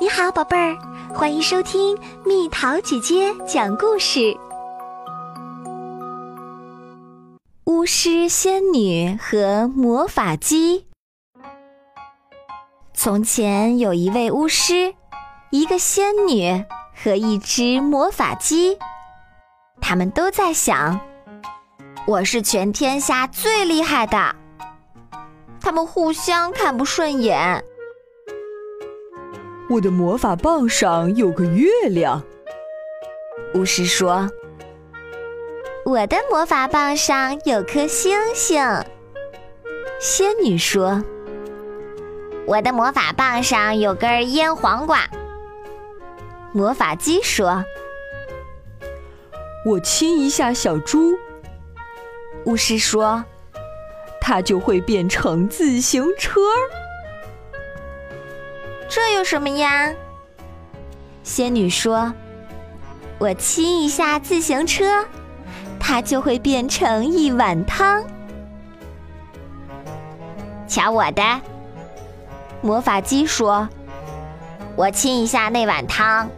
你好，宝贝儿，欢迎收听蜜桃姐姐讲故事。巫师仙女和魔法鸡。从前有一位巫师，一个仙女和一只魔法鸡，他们都在想：我是全天下最厉害的。他们互相看不顺眼。我的魔法棒上有个月亮，巫师说：“我的魔法棒上有颗星星。”仙女说：“我的魔法棒上有根腌黄瓜。”魔法鸡说我亲一下小猪，：“巫师说，它就会变成自行车。这有什么呀？”仙女说：“我亲一下自行车，它就会变成一碗汤。”瞧我的！魔法鸡说：“我亲一下那碗汤，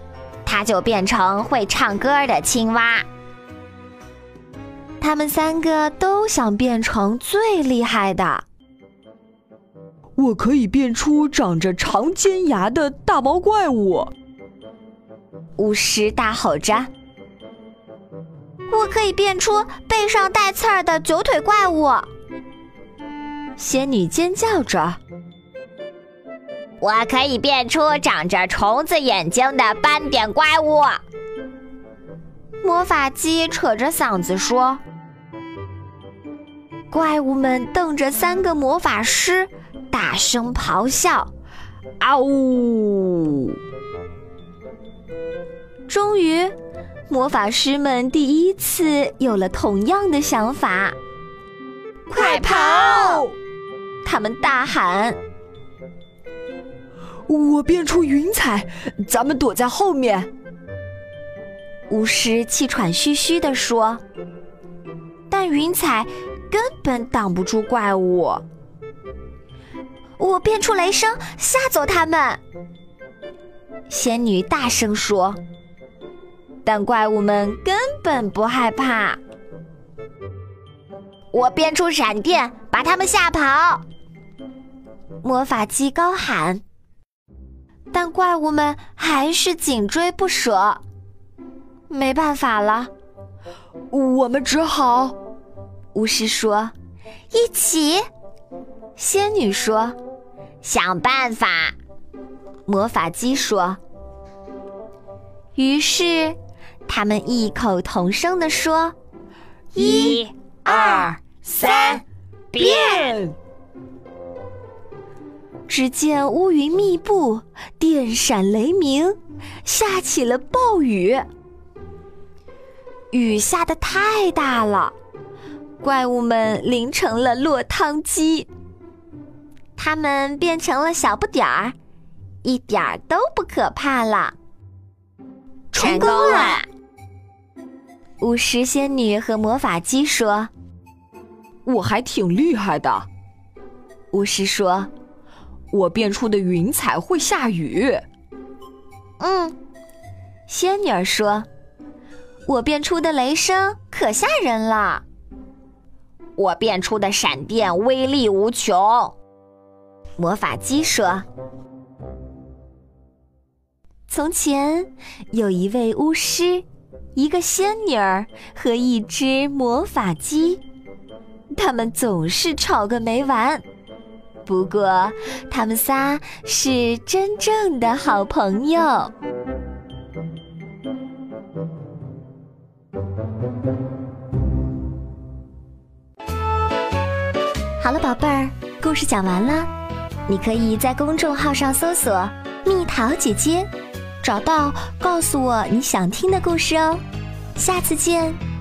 它就变成会唱歌的青蛙。”他们三个都想变成最厉害的。我可以变出长着长尖牙的大毛怪物。巫师大吼着：“我可以变出背上带刺儿的九腿怪物！”仙女尖叫着：“我可以变出长着虫子眼睛的斑点怪物！”魔法鸡扯着嗓子说：“怪物们瞪着三个魔法师，大声咆哮：‘啊呜！’”终于，魔法师们第一次有了同样的想法。！！他们大喊。我变出云彩，咱们躲在后面。巫师气喘吁吁地说：“但云彩根本挡不住怪物。我变出雷声，吓走他们。”仙女大声说：“但怪物们根本不害怕。”我变出闪电，把他们吓跑。魔法鸡高喊，但怪物们还是紧追不舍。没办法了，我们只好……巫师说：“一起。”仙女说：“想办法。”魔法鸡说：“于是，他们异口同声地说：‘一、二、三，变！’”只见乌云密布，电闪雷鸣，下起了暴雨。雨下得太大了，怪物们淋成了落汤鸡。它们变成了小不点儿，一点儿都不可怕了。成功了！巫师仙女和魔法鸡说我还挺厉害的，：“巫师说，我变出的云彩会下雨。嗯，仙女儿说：“我变出的雷声可吓人了，我变出的闪电威力无穷。”魔法鸡说：“从前有一位巫师，一个仙女儿和一只魔法鸡，他们总是吵个没完。”不过，他们仨是真正的好朋友。好了，宝贝儿，故事讲完了。你可以在公众号上搜索“蜜桃姐姐”，找到告诉我你想听的故事哦。下次见。